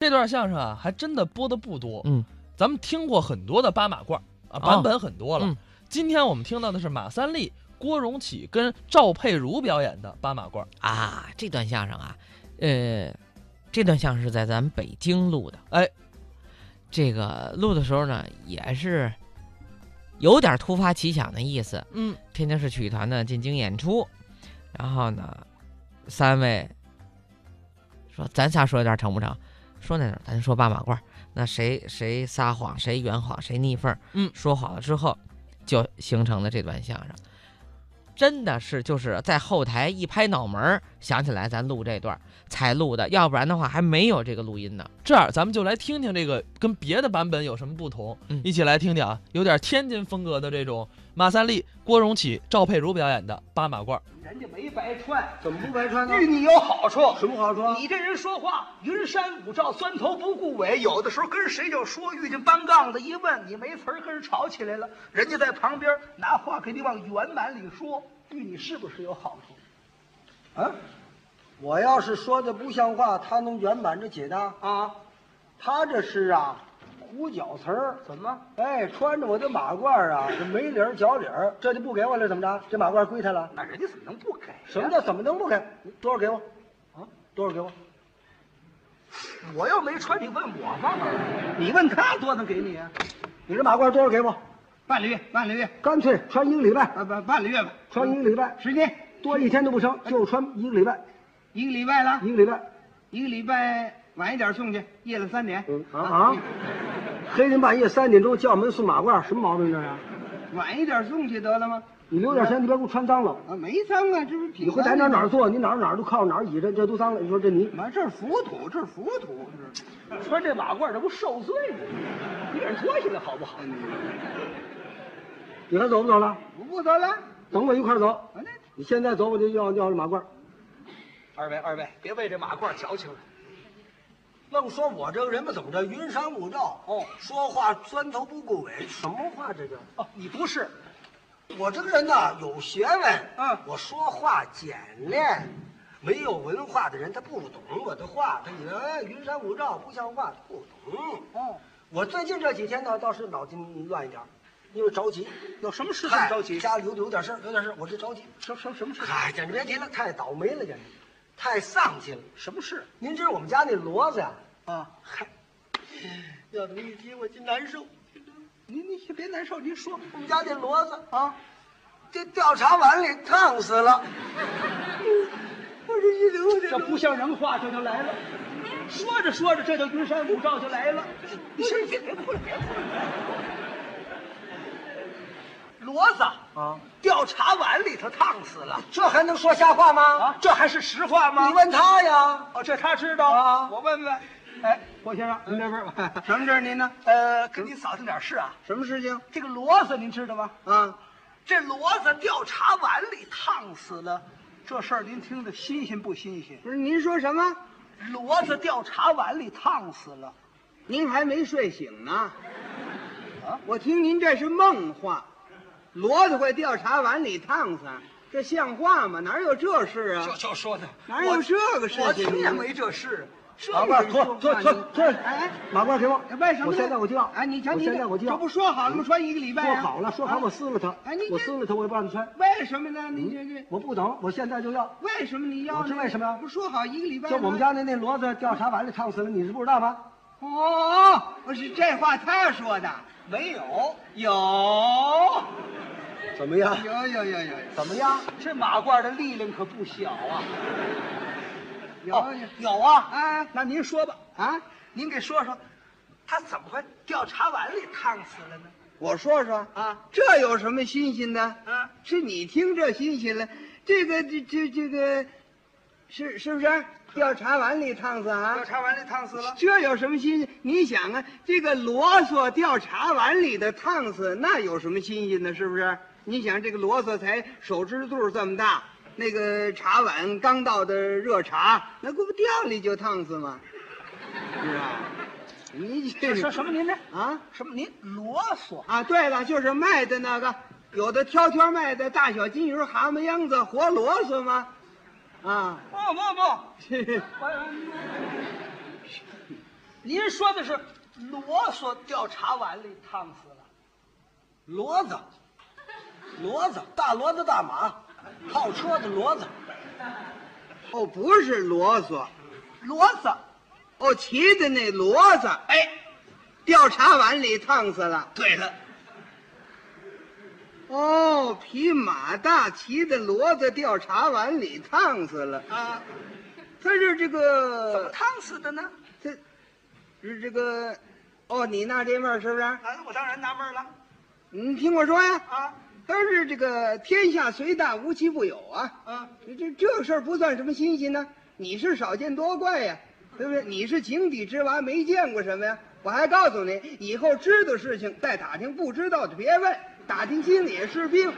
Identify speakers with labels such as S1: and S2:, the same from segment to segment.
S1: 这段相声啊，还真的播的不多。
S2: 嗯，
S1: 咱们听过很多的八马褂啊，版本很多了。
S2: 嗯
S1: 今天我们听到的是马三立、郭荣启跟赵佩茹表演的八马褂。
S2: 啊，这段相声啊，呃，这段相声是在咱们北京录的。
S1: 哎，
S2: 这个录的时候呢，也是有点突发奇想的意思。
S1: 嗯，
S2: 天津市曲艺团呢进京演出，然后呢，三位说咱仨说一段成不成？说那段咱说八马褂儿，那谁谁撒谎，谁圆谎，谁逆缝，
S1: 嗯
S2: 说好了之后就形成了这段相声。真的是就是在后台一拍脑门儿，想起来咱录这段儿才录的，要不然的话还没有这个录音呢。
S1: 这样咱们就来听听这个跟别的版本有什么不同，
S2: 嗯
S1: 一起来听听啊，有点天津风格的这种马三立、郭荣启、赵佩茹表演的八马褂。
S3: 人家没白穿，
S4: 怎么不白穿呢？
S3: 对你有好处。
S4: 什么好处啊？
S3: 你这人说话云山雾罩，钻头不顾尾，有的时候跟谁就说，遇见搬杠子一问，你没词儿跟人吵起来了，人家在旁边拿话给你往圆满里说，对你是不是有好处
S4: 啊，我要是说的不像话，他能圆满着解答。
S3: 啊？
S4: 他这是啊，胡搅词儿。
S3: 怎么？
S4: 哎，穿着我的马褂儿啊，这没理儿脚理儿，这就不给我了，怎么着？这马褂儿归他了？
S3: 那人家怎么能不给呀、
S4: 什么叫怎么能不给？你多少给我？啊，多少给我？
S3: 我又没穿，你问我干嘛？你问他多能给你啊？
S4: 你这马褂儿多少给我？
S3: 半个月，半个月，
S4: 干脆穿一个礼拜，
S3: 半半半个月吧，
S4: 啊穿一个礼拜，
S3: 十天，
S4: 多一天都不成，就穿一个礼拜，
S3: 一个礼拜了，
S4: 一个礼拜。
S3: 一个礼拜晚一点送去，夜里三点。
S4: 嗯啊啊！黑天半夜三点钟叫门送马褂儿，什么毛病这是？
S3: 晚一点送去得了吗？
S4: 你留点钱，你别给我穿脏了。
S3: 啊，没脏啊，这不是
S4: 你
S3: 挺
S4: 回
S3: 干
S4: 在
S3: 净
S4: 哪
S3: 的
S4: 儿哪儿坐，你哪儿哪儿都靠哪儿倚着，这都脏了。你说这你
S3: 妈，这是浮土，这是浮土，这穿这马褂，这不受罪吗？你给人脱下来好不好？
S4: 你还走不走了？
S3: 哎不不得了，
S4: 等我一块儿走。
S3: 完了
S4: 你现在走我就要要这马褂儿。
S3: 二位二位，别为这马褂矫情了。
S4: 愣说我这个人吧，怎么着云山雾罩？哦，说话钻头不顾尾，什么话这叫？
S3: 哦，你不是，
S4: 我这个人呐，有学问。
S3: 嗯
S4: 我说话简练，没有文化的人他不懂我的话，他以为哎云山雾罩不像话，他不懂。
S3: 哦，
S4: 我最近这几天呢，倒是脑筋乱一点儿，因为着急。
S3: 有什么事
S4: 太
S3: 太着急？
S4: 家里有有点事儿，有点事儿，我这着急。
S3: 什什什么事？
S4: 哎，简直别提了，太倒霉了，简直，太丧气了。
S3: 什么事
S4: 您知道我们家那骡子呀、
S3: 啊？
S4: 嗨，要这么一提我就难受。
S3: 您您先别难受，您说
S4: 我们家那骡子
S3: 啊。
S4: 这调查碗里烫死了， 我这一流
S3: 这
S4: 这
S3: 不像人话，这就来了。说着说着，这就云山雾罩就来了。你先别别哭了，别哭了。骡子
S4: 啊，
S3: 掉茶碗里头烫死了
S4: 这还能说瞎话吗？
S3: 啊！这还是实话吗？
S4: 你问他呀。
S3: 哦，这他知道
S4: 啊
S3: 我问问，
S4: 哎，郭先生，您这边儿
S3: 什么事儿您呢？呃，跟您扫听点事啊。
S4: 什么事情
S3: 这个骡子您知道吗？
S4: 啊？
S3: 这骡子掉茶碗里烫死了，这事儿您听着新鲜不新鲜？
S4: 不是您说什么？
S3: 骡子掉茶碗里烫死了，
S4: 您还没睡醒呢。
S3: 啊
S4: 我听您这是梦话，骡子会掉茶碗里烫死，啊这像话吗？哪有这事啊？
S3: 就说呢，
S4: 哪有这个事情
S3: 我听见没这事，这
S4: 马褂脱脱脱脱！
S3: 哎，
S4: 马褂给我
S3: 为什么呢？
S4: 我现在我就要。
S3: 哎，你瞧
S4: 我
S3: 你
S4: 现在我就要。
S3: 这不说好了吗？穿一个礼拜
S4: 说
S3: 啊
S4: 好了，说好
S3: 啊
S4: 我撕了它。
S3: 哎你这
S4: 我撕了它，我也不让你穿。
S3: 为什么呢？你这这
S4: 我不等，我现在就要。
S3: 为什么你要呢？
S4: 嗯我知为什么呀
S3: 不说好一个礼拜吗？
S4: 就我们家那那骡子掉茶碗里烫死了，你是不知道吗？
S3: 哦，不是这话他说的，没有有
S4: 怎么样？
S3: 有有有有，
S4: 怎么样？
S3: 这马褂的力量可不小啊！有
S4: 哦
S3: 有
S4: 有啊
S3: 啊，那您说吧，
S4: 啊！
S3: 您给说说，他怎么会掉茶碗里烫死了呢？
S4: 我说说
S3: 啊，
S4: 这有什么新鲜的？
S3: 啊，
S4: 是你听这新鲜了，这个这这这个，是是不是掉茶碗里烫死啊
S3: 掉？茶碗里烫死了。
S4: 这有什么新鲜？你想啊，这个啰嗦掉茶碗里的烫死，那有什么新鲜的？是不是？你想这个啰嗦才手指肚这么大，那个茶碗刚倒的热茶，那不掉里就烫死吗？是吧？你这
S3: 哎说什么您这
S4: 啊
S3: 什么您啰嗦？
S4: 啊！对了，就是卖的那个，有的挑挑卖的大小金鱼、蛤蟆秧子，活啰嗦吗？啊，
S3: 不不不，
S4: 这
S3: 我您说的是罗嗦掉茶碗里烫死了，
S5: 骡子，骡子，大骡子大马，套车的骡子。哦，不是骡子，
S3: 骡子，
S5: 哦，骑的那骡子，
S3: 哎，
S5: 掉茶碗里烫死了。
S3: 对了，
S5: 哦，匹马大骑的骡子掉茶碗里烫死了。
S3: 啊，
S5: 他是这
S3: 怎么
S5: 个，
S3: 烫死的呢？
S5: 他是这个，哦，你那这面是不是？
S4: 哎
S3: 啊，我当然纳闷了
S5: 你听我说呀，
S3: 啊，
S5: 他是这个天下虽大，无奇不有啊。
S3: 嗯，
S5: 这这这事儿不算什么新鲜呢，你是少见多怪呀，对不对？你是井底之蛙，没见过什么呀。我还告诉你，以后知道事情再打听，不知道就别问，打听心里也是病。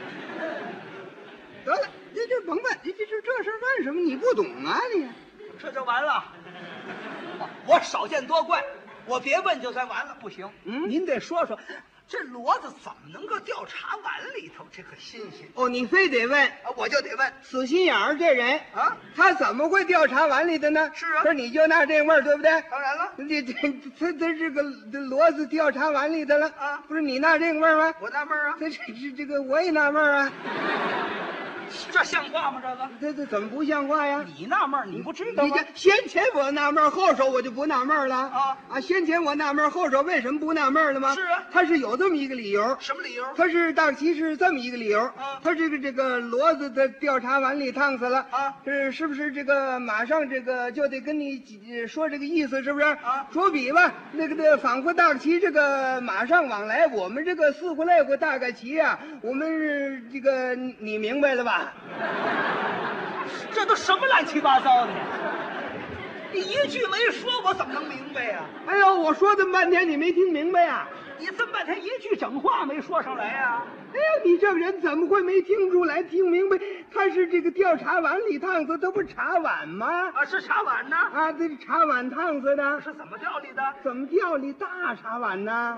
S5: 得了，这这甭问，这这这这事儿问什么？你不懂啊你？
S3: 这就完了。 我少见多怪，我别问就算完了，不行。
S5: 嗯
S3: 您得说说，这骡子怎么能够掉茶碗里头？这可新鲜
S5: 哦，你非得问，
S3: 啊！我就得问
S5: 死心眼儿这人
S3: 啊！
S5: 他怎么会掉茶碗里的呢？
S3: 是啊
S5: 不是你就那这味儿，对不对？
S3: 当然了，
S5: 这这他他这个这骡子掉茶碗里的了
S3: 啊
S5: 不是你那这个味儿吗？
S3: 我纳闷啊，
S5: 这这这这个我也纳闷儿啊，
S3: 这像话吗？这个
S5: 这这怎么不像话呀？
S3: 你纳闷儿，你不知道
S5: 你
S3: 吗
S5: 这？先前我纳闷儿，后手我就不纳闷儿了
S3: 啊
S5: 啊！先前我纳闷儿，后手为什么不纳闷儿了吗？
S3: 是啊
S5: 他是有这么一个理由，
S3: 什么理由？
S5: 他是当其是这么一个理由
S3: 啊
S5: 他这个这个骡子的调查碗里烫死了
S3: 啊
S5: 是是不是这个马上这个就得跟你几说这个意思是不是
S3: 啊
S5: 着笔吧，那个的仿佛大齐这个马上往来，我们这个四乎类乎大概齐呀、我们是这个你你明白了吧？
S3: 这都什么乱七八糟的呀？你一句没说，我怎么能明白呀、
S5: 哎呦，我说这么半天你没听明白呀、
S3: 你这么半天一句整话没说上来呀、
S5: 哎呦，你这个人怎么会没听出来、听明白？他是这个调查碗里烫死，他不是茶碗吗？
S3: 啊？是茶碗呢？
S5: 啊，这是茶碗烫死的。
S3: 是怎么掉的的？
S5: 怎么调理大茶碗呢？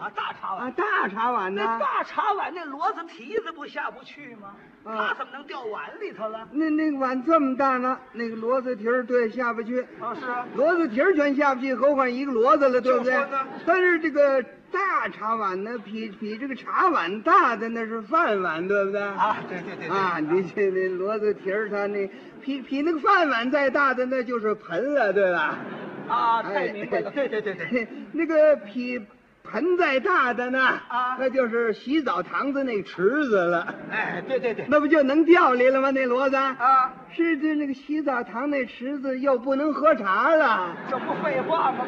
S3: 啊，大茶碗。
S5: 啊，大茶碗
S3: 那
S5: 呢？
S3: 大茶碗那骡子蹄子不下不去吗？
S5: 嗯
S3: 它怎么能掉碗里头了？
S5: 那那个碗这么大呢，那个骡子蹄儿对下不去，
S3: 啊，是啊，
S5: 骡子蹄儿全下不去，何况一个骡子了，对不对
S3: 就说呢？
S5: 但是这个大茶碗呢，比比这个茶碗大的那是饭碗，对不对？
S3: 啊，对对对对
S5: 啊，你这那骡子蹄儿，它那比比那个饭碗再大的那就是盆了，对吧？
S3: 啊，太明白了，
S5: 哎
S3: 对对对对，
S5: 那个比盆再大的呢，
S3: 啊
S5: 那就是洗澡堂子那池子了。
S3: 哎，对对对，
S5: 那不就能调理了吗？那骡子
S3: 啊，
S5: 是这那个洗澡堂那池子又不能喝茶了。
S3: 这不废话吗？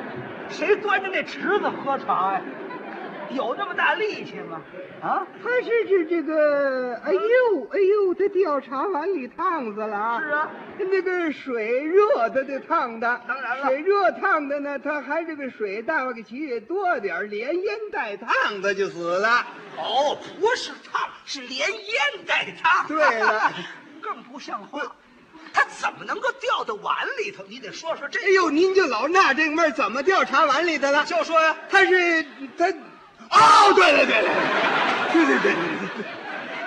S3: 谁端着那池子喝茶呀、有那么大力气吗？啊，
S5: 他是指这个，哎呦哎呦，他掉茶碗里烫死了啊！
S3: 是啊，
S5: 那个水热的得烫的，
S3: 当然了
S5: 水热烫的呢，他还这个水大个起也多点儿连烟带烫的就死了。
S3: 哦，不是烫，是连烟带烫。
S5: 对了，
S3: 更不像话，它怎么能够掉到碗里头？你得说说这。
S5: 哎呦，您就老纳这个味儿，怎么掉茶碗里的了？
S3: 就说呀，
S5: 他是他，哦，对了对了，对对对对对。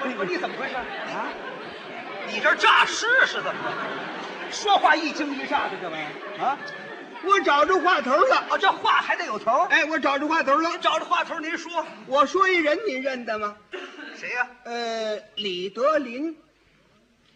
S3: 我说你怎么回事啊？你这诈尸是怎么着？说话一惊一乍的这玩意儿啊！
S5: 我找着话头了，
S3: 哦，这话还得有头儿。
S5: 哎，我找着话头了
S3: 您。找着话头儿，您说
S5: 我说一人，您认得吗？
S3: 谁呀、
S5: 呃，李德林，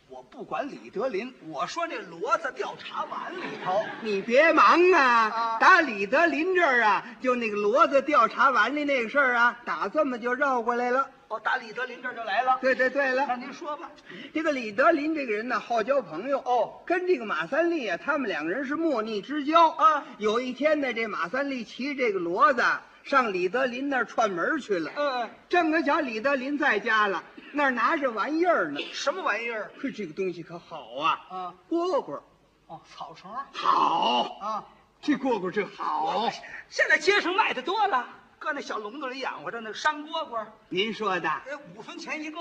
S3: 我不管李德林，我说那骡子掉茶碗里头，
S5: 你别忙啊
S3: 啊！
S5: 打李德林这儿啊，就那个骡子掉茶碗里那个事儿啊，打这么就绕过来了。
S3: 哦，打李德林这儿就来了。
S5: 对对对
S3: 那
S5: 了，
S3: 您说吧，
S5: 这个李德林这个人呢，好交朋友
S3: 哦，
S5: 跟这个马三立啊，他们两个人是莫逆之交
S3: 啊。
S5: 有一天呢，这马三立骑这个骡子上李德林那儿串门去了。
S3: 嗯，
S5: 正可巧李德林在家了，那儿拿着玩意儿呢。
S3: 什么玩意儿
S5: 可这个东西可好啊，
S3: 啊？
S5: 蝈蝈
S3: 哦，草绳
S5: 好，
S3: 啊。
S5: 这蝈蝈这好。
S3: 现在街上卖的多了，搁那小笼子里养活着那个山蝈蝈，
S5: 您说的
S3: 哎，五分钱一个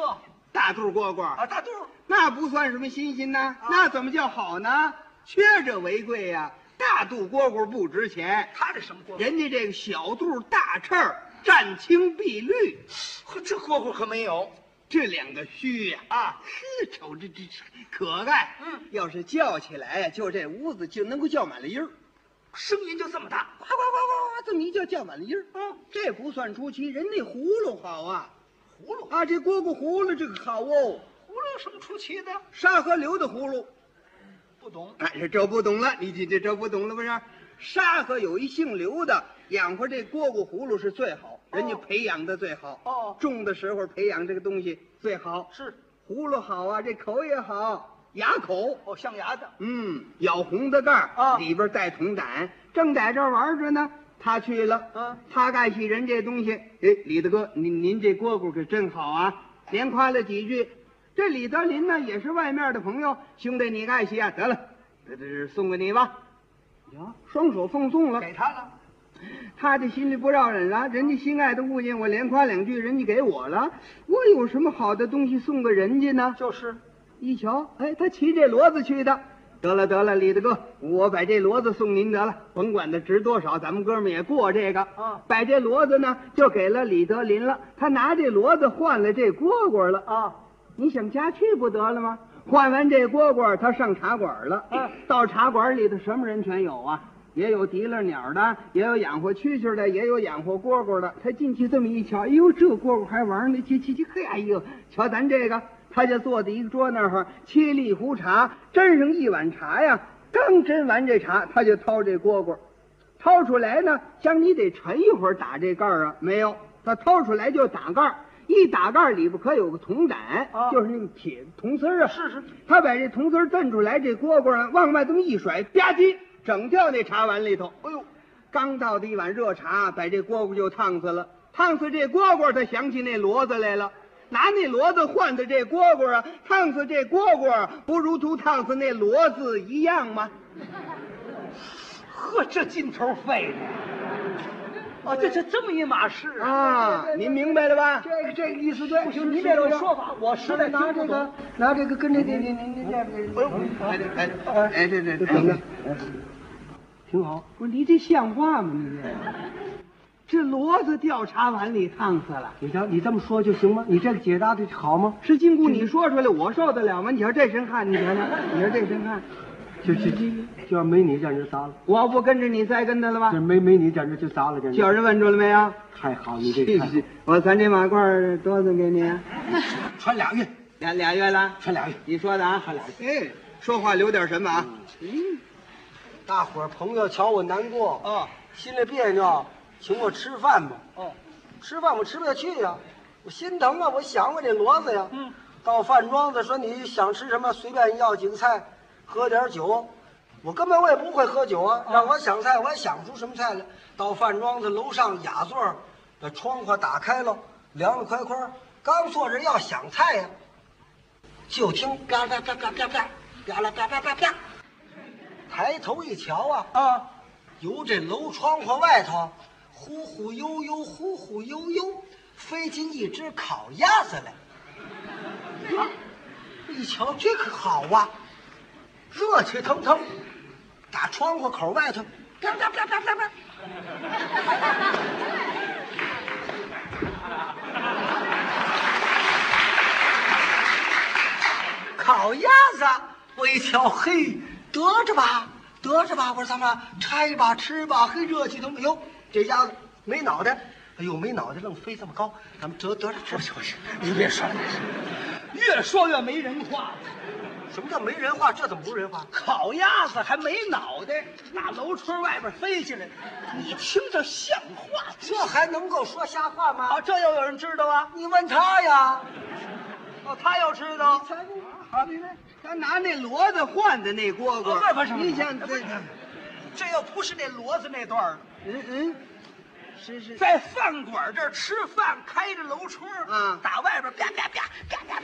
S5: 大肚蝈蝈，
S3: 啊，大肚儿。
S5: 那不算什么新鲜呢，
S3: 啊
S5: 那怎么叫好呢？缺者为贵呀、大肚蝈蝈不值钱，
S3: 他这什么蝈蝈？
S5: 人家这个小肚大翅儿，湛青碧绿，
S3: 呵这蝈蝈可没有
S5: 这两个须呀、
S3: 啊！
S5: 呵，瞅这这可爱。
S3: 嗯，
S5: 要是叫起来呀，就这屋子就能够叫满了音儿。
S3: 声音就这么大。
S5: 呱呱呱呱呱，这么一叫叫满了音儿。
S3: 嗯，
S5: 这不算出奇，人那葫芦好啊
S3: 葫芦，
S5: 啊，这蝈蝈葫芦这个好哦，
S3: 葫芦有什么出奇的？
S5: 沙河流的葫芦。
S3: 不懂。
S5: 哎，这不懂了，你这这这不懂了不是？沙河有一姓刘的，养活这蝈蝈葫芦是最好，人家
S3: 哦
S5: 培养的最好。
S3: 哦
S5: 种的时候培养这个东西最好，
S3: 是
S5: 葫芦好啊，这口也好，牙口。
S3: 哦，象牙的。
S5: 嗯，咬红的盖儿
S3: 啊
S5: 里边带铜胆，正在这儿玩着呢。他去了，
S3: 嗯
S5: 他干起人这东西，哎，李大哥，您您这蝈蝈可真好啊，连夸了几句。这李德林呢，也是外面的朋友，兄弟你爱惜啊，得了，这这这送给你吧，
S3: 呀，
S5: 双手奉送了。
S3: 给他了。
S5: 他这心里不饶人了，人家心爱的物件，我连夸两句，人家给我了，我有什么好的东西送给人家呢？
S3: 就是
S5: 一瞧，哎，他骑这骡子去的。得了得了，李大哥，我把这骡子送您得了，甭管它值多少，咱们哥们儿也过这个。
S3: 啊
S5: 把这骡子呢就给了李德林了，他拿这骡子换了这蝈蝈了。
S3: 啊，
S5: 你想家去不得了吗？换完这蝈蝈，他上茶馆了。
S3: 啊
S5: 到茶馆里头什么人全有啊？也有提了鸟的，也有养活蛐蛐的，也有养活蝈蝈的。他进去这么一瞧，哎呦，这蝈蝈还玩呢，去去去，嘿，哎呦，瞧咱这个，他就坐在一个桌那儿，沏了一壶茶，斟上一碗茶呀。刚斟完这茶，他就掏这蝈蝈，掏出来呢，像你得沉一会儿打这盖儿啊，没有，他掏出来就打盖儿，一打盖儿里边可有个铜胆，
S3: 啊
S5: 就是那个铁铜丝儿啊。
S3: 是是，
S5: 他把这铜丝儿蹬出来，这蝈蝈啊往外这么一甩，吧唧，整掉那茶碗里头。
S3: 哎呦，
S5: 刚倒的一碗热茶，把这蝈蝈就烫死了。烫死这蝈蝈，他想起那骡子来了，拿那骡子换的这蝈蝈啊，烫死这蝈蝈，不如同烫死那骡子一样吗？
S3: 呵，这劲头费的。哦，这这这么一码事
S5: 啊，您明白了吧？
S3: 这个这个意思对，不
S5: 行
S3: 您
S5: 您
S3: 这
S5: 这
S3: 种
S5: 种
S3: 说
S5: 说
S3: 法，我实
S5: 是
S3: 在拿这
S5: 的，拿这
S3: 个
S5: 个，拿这个跟这这这您这这这，哎哎哎这这等等，挺好。不是你这像话吗？你这这骡子掉茶碗里烫死了，
S4: 你瞧，你这么说就行吗？你这个解答的好吗？
S5: 是金姑你说出来，我受得了吗？你瞧这身汗，你瞧瞧，你瞧这身汗，
S4: 就就就要没你，简直砸了！
S5: 我要不跟着你栽跟头了吧
S4: 这？没没你，简直就砸了！简
S5: 叫
S4: 直
S5: 人问住了没有？
S4: 太好，你这个太好
S5: 我咱这马褂儿多赠给你，
S4: 穿俩月，
S5: 俩俩月了。
S4: 穿俩月。
S5: 你说的啊，哎，说话留点什么啊？
S4: 大伙儿朋友瞧我难过，
S5: 哦，
S4: 心里别扭，请我吃饭吧。
S5: 哦，
S4: 吃饭我吃不下去呀、我心疼啊，我想我这骡子呀。嗯，到饭庄子说你想吃什么，随便要几个菜，喝点酒。我根本我也不会喝酒啊，让我想菜我也想不出什么菜来。到饭庄子楼上雅座儿，把窗户打开了，凉凉快快儿。刚坐着要想菜呀、就听嘎嘎嘎嘎嘎嘎，嘎啦嘎嘎嘎嘎。抬头一瞧啊，
S3: 啊，
S4: 由这楼窗户外头，忽忽悠悠，忽忽悠悠，飞进一只烤鸭子来。啊一瞧这可好啊，热气腾腾，打窗户口外头，嘎嘎嘎嘎嘎嘎。烤鸭子，我一瞧，嘿，得着吧，得着吧，我说咱们拆吧，吃吧，嘿，热气腾腾。哟，这鸭子没脑袋，哎呦，没脑袋，愣飞这么高，咱们得得着吃吧。行行，您别说了，
S3: 越说越没人话。
S4: 什么叫没人话？这怎么不是人话？
S3: 烤鸭子还没脑袋，那楼窗外边飞起来，你听着像话
S4: 这还能够说瞎话吗？
S3: 啊？这要有人知道啊？
S4: 你问他呀，
S3: 哦，他要知道，啊
S5: 好，明白。他拿那骡子换的那蝈蝈，
S3: 啊不是不是
S5: 你想
S3: 不
S5: 这
S3: 是，这要不是那骡子那段儿，
S5: 嗯嗯，是是，
S3: 在饭馆这儿吃饭，开着楼窗，
S5: 嗯
S3: 打外边啪啪啪啪啪，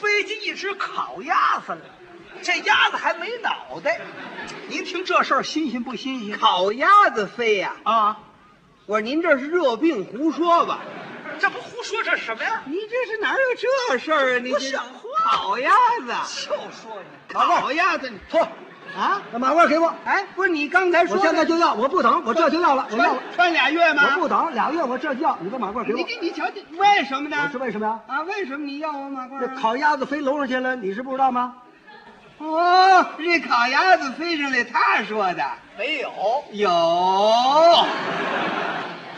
S3: 飞进一只烤鸭子来，这鸭子还没脑袋，您听这事儿新鲜不新鲜？
S5: 烤鸭子飞呀、
S3: 啊，
S5: 我说您这是热病，胡说吧！
S3: 这不胡说这是什么呀？
S5: 你这是哪有这事儿啊？你
S3: 不
S5: 这
S3: 像话
S5: 烤鸭子，
S3: 就说你。
S5: 烤鸭子，你
S4: 嚯，
S5: 啊？
S4: 那马褂给我，
S5: 哎，不是你刚才说
S4: 我
S5: 的，
S4: 现在就要，我不等，我这就要了，我要了，
S5: 穿穿俩月
S4: 我
S5: 吗？
S4: 不等，俩月我这就要，你把马褂给我
S5: 你，这你瞧这为什么呢
S4: 我？是为什么呀？
S5: 啊，为什么你要我马褂
S4: 这
S5: 啊？
S4: 烤鸭子飞楼上去了，你是不知道吗？
S5: 哦，这烤鸭子飞上来，他说的
S3: 没有，
S5: 有。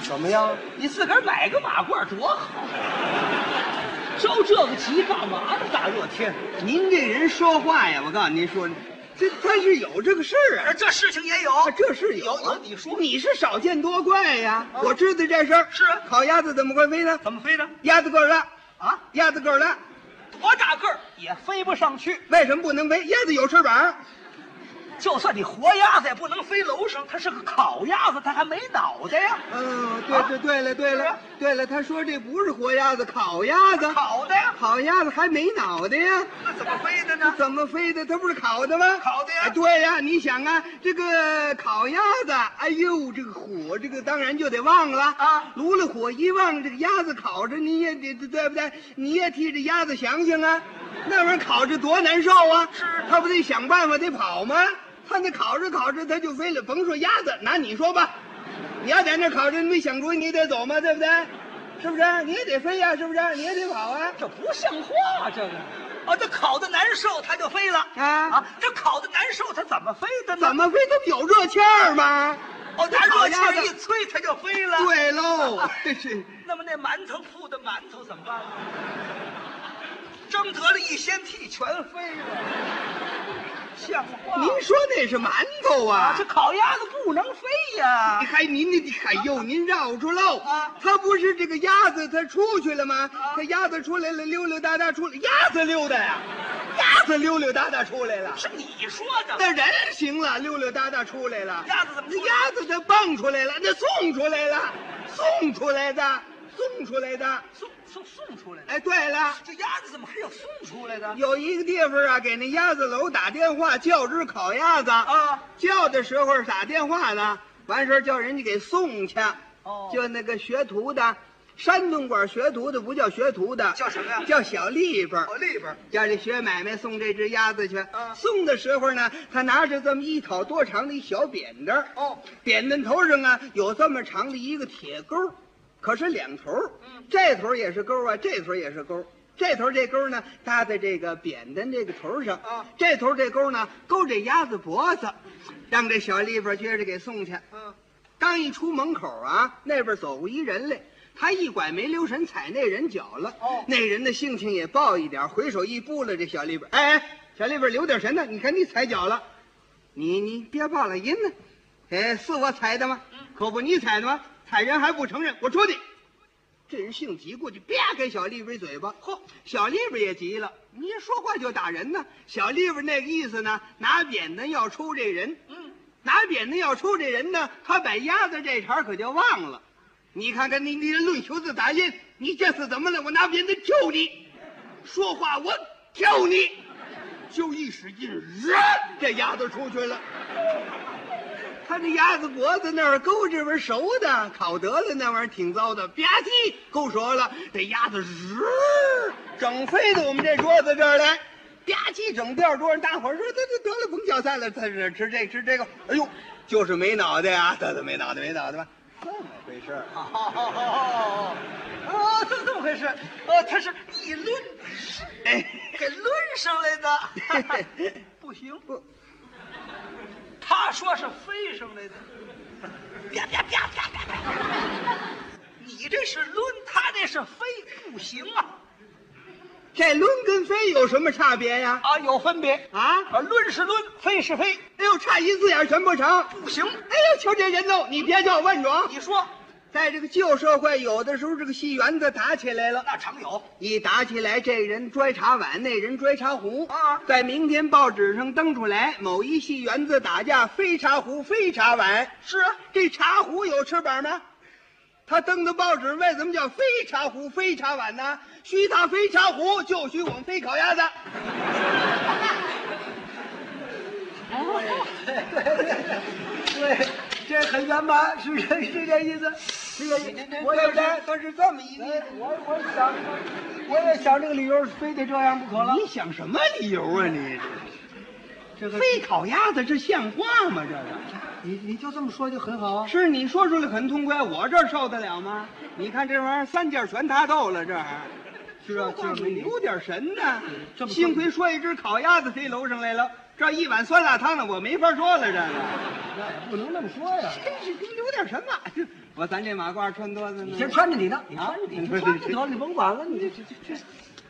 S4: 怎么样？
S3: 你自个儿买个马褂多好呀！着这个急干嘛呢？大热天，
S5: 您这人说话呀，我告诉您说，这他是有这个事儿啊，
S3: 这事情也有，
S5: 啊这是有
S3: 有
S5: 啊
S3: 有。你说啊
S5: 你是少见多怪呀，我知道这事儿
S3: 是啊
S5: 烤鸭子怎么会飞呢？
S3: 怎么飞的？
S5: 鸭子个儿大
S3: 啊，
S5: 鸭子个儿大，
S3: 多大个儿也飞不上去。
S5: 为什么不能飞？鸭子有翅膀，
S3: 就算你活鸭子也不能飞楼上，它是个烤鸭子，它还没脑袋呀，
S5: 嗯，
S3: 啊
S5: 对对对了对
S3: 是
S5: 了
S3: 啊
S5: 对了，他说这不是活鸭子，烤鸭子，
S3: 烤的呀，
S5: 烤鸭子还没脑袋呀。
S3: 那怎么飞的呢？
S5: 怎么飞的？它不是烤的吗？
S3: 烤的呀
S5: 哎对呀，你想啊，这个烤鸭子，哎呦，这个火，这个当然就得忘了
S3: 啊
S5: 炉了火一忘，这个鸭子烤着，你也得对不对？你也替这鸭子想想啊，那玩意儿烤着多难受啊！是，它不得想办法得跑吗？它那烤着烤着它就飞了，甭说鸭子，拿你说吧，你要在那儿烤着，你没想主意，你得走吗？对不对？是不是？你也得飞呀、是不是？你也得跑啊！
S3: 这不像话、这个。哦，这烤的难受，它就飞了。
S5: 啊
S3: 啊，这烤的难受，它怎么飞的呢？
S5: 怎？么飞？它不有热气儿吗？
S3: 哦，拿热气
S5: 烤
S3: 儿
S5: 鸭子
S3: 一吹，它就飞了。。
S5: 对喽， 这是
S3: 那么那馒头铺的馒头怎么办呢？蒸得了一掀屉，全飞了，像话吗？
S5: 您说那是馒头
S3: 啊
S5: 啊，
S3: 这？烤鸭子不能飞呀
S5: 你！还您您哎呦，您绕住喽！
S3: 啊
S5: 它不是这个鸭子，它出去了吗？它鸭子出来了，溜溜达达出来，鸭子溜达呀，鸭子溜溜达达出来了。
S3: 是你说的，
S5: 那人行了，溜溜达达出来了。
S3: 鸭子怎么出来
S5: 那鸭子它蹦出来了，那送出来了，送出来的，送出来的。
S3: 送送送出来的。
S5: 哎，对了。
S3: 这鸭子怎么还有送出来的？
S5: 有一个地方啊，给那鸭子楼打电话叫只烤鸭子
S3: 啊，
S5: 叫的时候打电话呢，完事儿叫人家给送去。
S3: 哦
S5: 就那个学徒的，山东管学徒的不叫学徒的，
S3: 叫什么呀
S5: 叫小利本儿。
S3: 我里边
S5: 叫这学买卖送这只鸭子去。
S3: 啊
S5: 送的时候呢，他拿着这么一挑多长的一小扁担儿
S3: 哦，
S5: 扁担头上啊有这么长的一个铁钩儿，可是两头儿，
S3: 嗯
S5: 这头儿也是钩啊，这头儿也是钩。这头儿这钩呢搭在这个扁担这个头儿上
S3: 啊
S5: 这头儿这钩呢勾这鸭子脖子，让这小利本儿撅着给送去。
S3: 嗯，
S5: 刚一出门口啊，那边走过一人来，他一拐没留神踩那人脚了。
S3: 哦
S5: 那人的性情也暴一点，回手一扑了这小立本，哎哎，小立本留点神呢，你看你踩脚了，你你别报了音呢，哎，是我踩的吗？可不，你踩的吗？踩人还不承认，我出去。这人性急，过去啪给小立本一嘴巴。嚯，小立本也急了，你一说话就打人呢。小立本那个意思呢，拿扁担要抽这人。嗯，拿扁担要抽这人呢，他把鸭子这茬儿可就忘了。你看看你你这论球子打印，你这次怎么了？我拿扁担救你，说话我挑你，就一使劲，人这鸭子出去了。他这鸭子脖子那儿勾这边熟的，烤得了那玩意儿挺糟的，吧唧勾熟了，这鸭子日整飞到我们这桌子这儿来，吧唧整掉桌上，大伙儿说得得得了，甭搅散了，他是吃这吃这个，哎呦，就是没脑袋啊，得得没脑袋没脑袋吧，这么回事儿啊。
S3: 哦，哦，这这么回事？哦，它是一抡，给抡上来 的，不行，
S5: 不
S3: 他说是飞上来的，啪啪啪啪啪啪，你这是抡，他这是飞，不行啊！
S5: 这抡跟飞有什么差别呀？
S3: 啊，有分别
S5: 啊
S3: 啊，抡是抡，飞是飞，
S5: 哎呦，差一字眼儿全不成。
S3: 不行。
S5: 哎呦，瞧这人喽，你别叫我问着，
S3: 你说
S5: 在这个旧社会，有的时候这个戏园子打起来了。
S3: 那常有，
S5: 一打起来，这人拽茶碗，那人拽茶壶
S3: 啊
S5: 在明天报纸上登出来，某一戏园子打架，非茶壶非茶碗。
S3: 是啊，
S5: 这茶壶有翅膀吗？他登的报纸为什么叫非茶壶非茶碗呢？许他非茶壶，就许我们非烤鸭子。
S4: 对，这很圆满，是是是这意思，是这意思。我也
S5: 对不对？他是这么一个。
S4: 我我想，我也想这个理由，非得这样不可了。
S5: 你想什么理由啊你？这个非烤鸭子，这像话吗？这个
S4: 你你就这么说就很好啊。
S5: 是你说出来很痛快，我这儿受得了吗？你看这玩意儿三件全他斗了，这儿是啊，
S4: 说话
S5: 就是
S4: 没
S5: 有点神呢
S4: 这。么说
S5: 幸亏说一只烤鸭子飞楼上来了，这一碗酸辣汤呢，我没法说了。这个
S4: 那也不能那么说呀。
S5: 真是跟有点什么。我咱这马褂穿多了呢。
S4: 你先穿着你的，你
S5: 啊
S4: 穿着你的，你穿着得了，你甭管了，你这这这。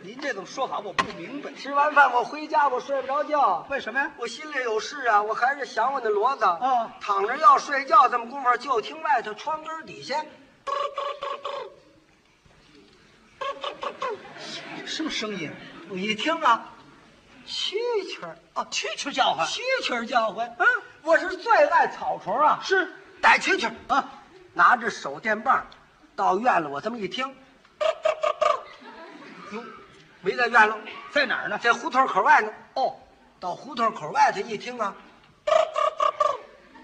S5: 您这种说法我不明白，
S4: 吃完饭我回家我睡不着觉，
S5: 为什么呀？
S4: 我心里有事啊，我还是想我那骡子。
S5: 哦
S4: 躺着要睡觉，这么功夫就听外头窗根儿底下
S5: 什么声音？
S4: 我一听啊，蛐蛐儿
S5: 哦，蛐蛐叫唤。
S4: 蛐蛐儿叫唤。
S5: 嗯，
S4: 我是最爱草虫啊，
S5: 是
S4: 逮蛐蛐儿
S5: 啊，
S4: 拿着手电棒，到院了我这么一听，哟，没在院了，
S5: 在哪儿呢？
S4: 在胡同口外呢。
S5: 哦，
S4: 到胡同口外头一听啊，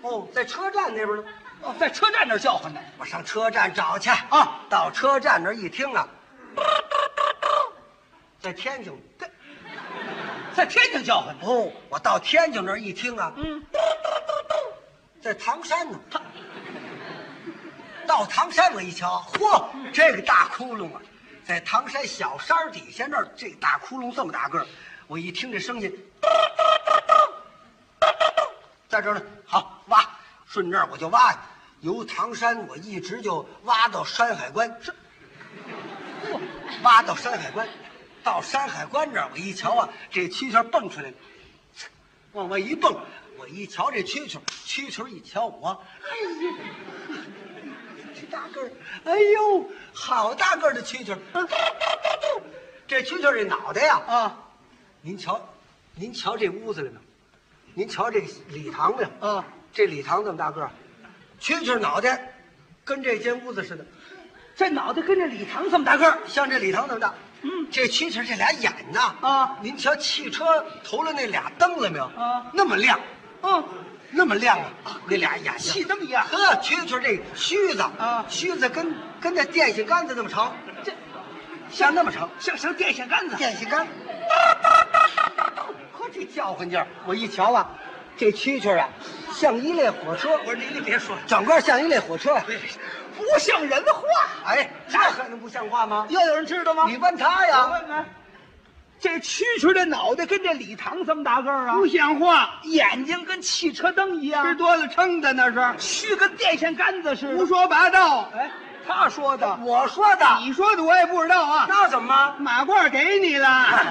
S4: 哦，在车站那边呢。
S5: 哦，在车站那儿叫唤呢。
S4: 我上车站找去哦
S5: 啊！
S4: 到车站那儿一听啊，在天津在
S5: 在天津叫唤呢。
S4: 哦，我到天津那儿一听啊，
S5: 嗯，
S4: 在唐山呢。到唐山我一瞧，嚯，这个大窟窿啊，在唐山小山儿底下那儿，这大窟窿这么大个儿，我一听这声音，在这儿呢，好挖，顺这儿我就挖呀，由唐山我一直就挖到山海关，是，嚯挖到山海关，到山海关这儿我一瞧啊，这蛐蛐儿蹦出来了，往外一蹦，我一瞧这蛐蛐儿，蛐蛐儿一瞧我，哎呀，这大个儿，哎呦，好大个儿的蛐蛐儿， 这蛐蛐儿这脑袋呀，
S5: 嗯啊
S4: 您瞧，您瞧这屋子里面，您瞧这礼堂里，
S5: 啊，
S4: 这礼堂这么大个儿，蛐蛐脑袋跟这间屋子似的，
S5: 这脑袋跟这礼堂这么大个儿。
S4: 像这礼堂这么大。嗯，这蛐蛐这俩眼呐，
S5: 啊
S4: 您瞧汽车头上那俩灯了没有？
S5: 啊
S4: 那么亮，
S5: 嗯，
S4: 那么亮啊，那俩眼睛
S5: 气这么一样。
S4: 呵，蛐蛐这须子
S5: 啊
S4: 须子跟跟那电线杆子那么长，
S5: 这
S4: 像那么长，
S5: 像像电线杆子。
S4: 电线杆。呵，这叫唤劲儿，我一瞧啊，这蛐蛐啊，像一列火车，
S5: 我说您您别说了，
S4: 整个像一列火车呀。
S5: 不像人话。
S4: 哎，这还能不像话吗？
S5: 又有人知道吗？
S4: 你问他
S5: 我
S4: 呀，
S5: 问问，这蛐蛐的脑袋跟这礼堂这么大个儿啊，
S4: 不
S5: 像话，眼睛跟汽车灯一样，
S4: 吃
S5: 多了撑的那是，须跟电线杆子似的，胡说八道。
S4: 哎，
S5: 他说的，
S4: 我说的，
S5: 你说的我也不知道啊。
S4: 那怎么？
S5: 马褂给你了，